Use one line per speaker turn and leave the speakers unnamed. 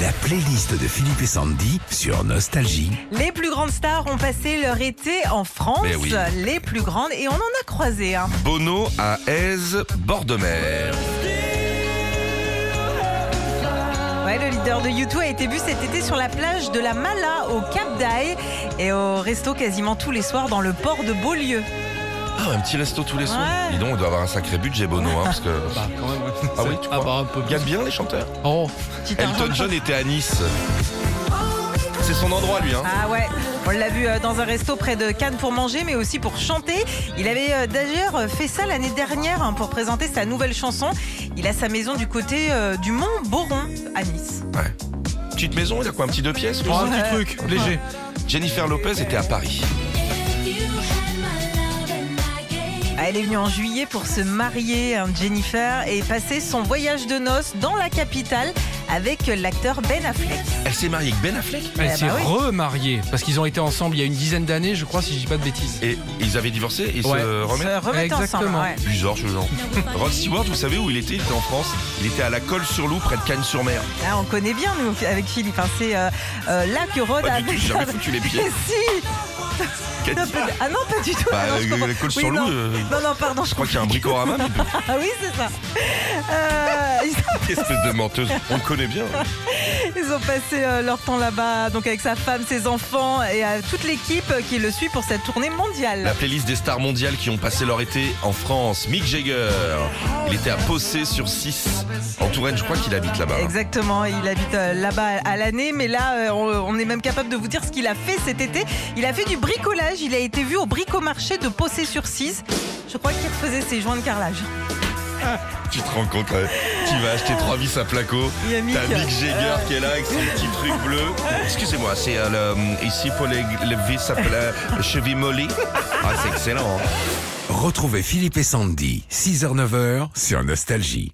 La playlist de Philippe et Sandy sur Nostalgie.
Les plus grandes stars ont passé leur été en France,
Mais Ben oui.
les plus grandes, et on en a croisé hein. un.
Bono à Aise, bord de mer.
Ouais, le leader de U2 a été vu cet été sur la plage de la Mala au Cap d'Aille et au resto quasiment tous les soirs dans le port de Beaulieu.
Ah, un petit resto tous les soirs.
Ouais. Bah,
Dis donc, il doit avoir un sacré budget, Bono, hein, parce que. Ah oui, tu
Ah
crois
bah un peu
Il
bien.
gagne bien les chanteurs.
Oh,
Petit argent.
Elton John était à Nice. C'est son endroit, lui, hein.
Ah ouais, on l'a vu euh, dans un resto près de Cannes pour manger, mais aussi pour chanter. Il avait euh, d'ailleurs euh, fait ça l'année dernière hein, pour présenter sa nouvelle chanson. Il a sa maison du côté euh, du Mont Boron à Nice.
Petite maison, il a quoi, un petit deux pièces lui
Oh, un
Ouais.
petit truc, léger.
Jennifer Lopez était à Paris.
Ah, Elle est venue en juillet pour se marier, hein, Jennifer, et passer son voyage de noces dans la capitale avec l'acteur Ben Affleck.
Elle s'est mariée avec Ben Affleck.
Eh
Elle s'est
bah oui.
remariée parce qu'ils ont été ensemble il y a une dizaine d'années, je crois, si je dis pas de bêtises.
Et ils avaient divorcé et ils
Ouais.
se
Ils
remettent.
se remettent ensemble.
Exactement.
ouais.
Bizarre ce genre. Rod Stewart, vous savez où il était Il était en France. Il était à la Colle-sur-Loup, près de Cannes-sur-Mer. Bah,
Ah, on connaît bien, nous, avec Philippe. hein, C'est euh, euh, là que Rod
Pas
a
du tout, j'ai jamais foutu les pieds.
si
Qu'est-ce
Non,
que-
pas- Ah non, pas du tout.
Bah,
Ah non, je
euh,
comprends.
la colle
Oui,
sur l'eau,
non.
euh,
Non, non, pardon.
Je crois qu'il y a un bricorama, mais
Ah oui, c'est ça. Euh, ils,
espèce de menteuse. On le connaît bien.
ils ont passé euh, leur temps là-bas, donc avec sa femme, ses enfants et euh, toute l'équipe qui le suit pour cette tournée mondiale.
La playlist des stars mondiales qui ont passé leur été en France. Mick Jagger, il était à Possé sur 6. En Touraine, je crois qu'il habite là-bas.
Exactement, il habite euh, là-bas à l'année, mais là, euh, on on est même capable de vous dire ce qu'il a fait cet été. Il a fait du bricolage, il a été vu au bricomarché de Possé-sur-Cise. Je crois qu'il faisait ses joints de carrelage.
Tu te rends compte, ouais. tu vas acheter trois vis à placo.
Il y a euh, Mick.
T'as Mick Jagger qui est là avec son petit truc bleu. Excusez-moi, c'est euh, le- ici pour les, les vis à pla- cheville molly. Ah, c'est excellent. hein.
Retrouvez Philippe et Sandy, 6h-9h sur Nostalgie.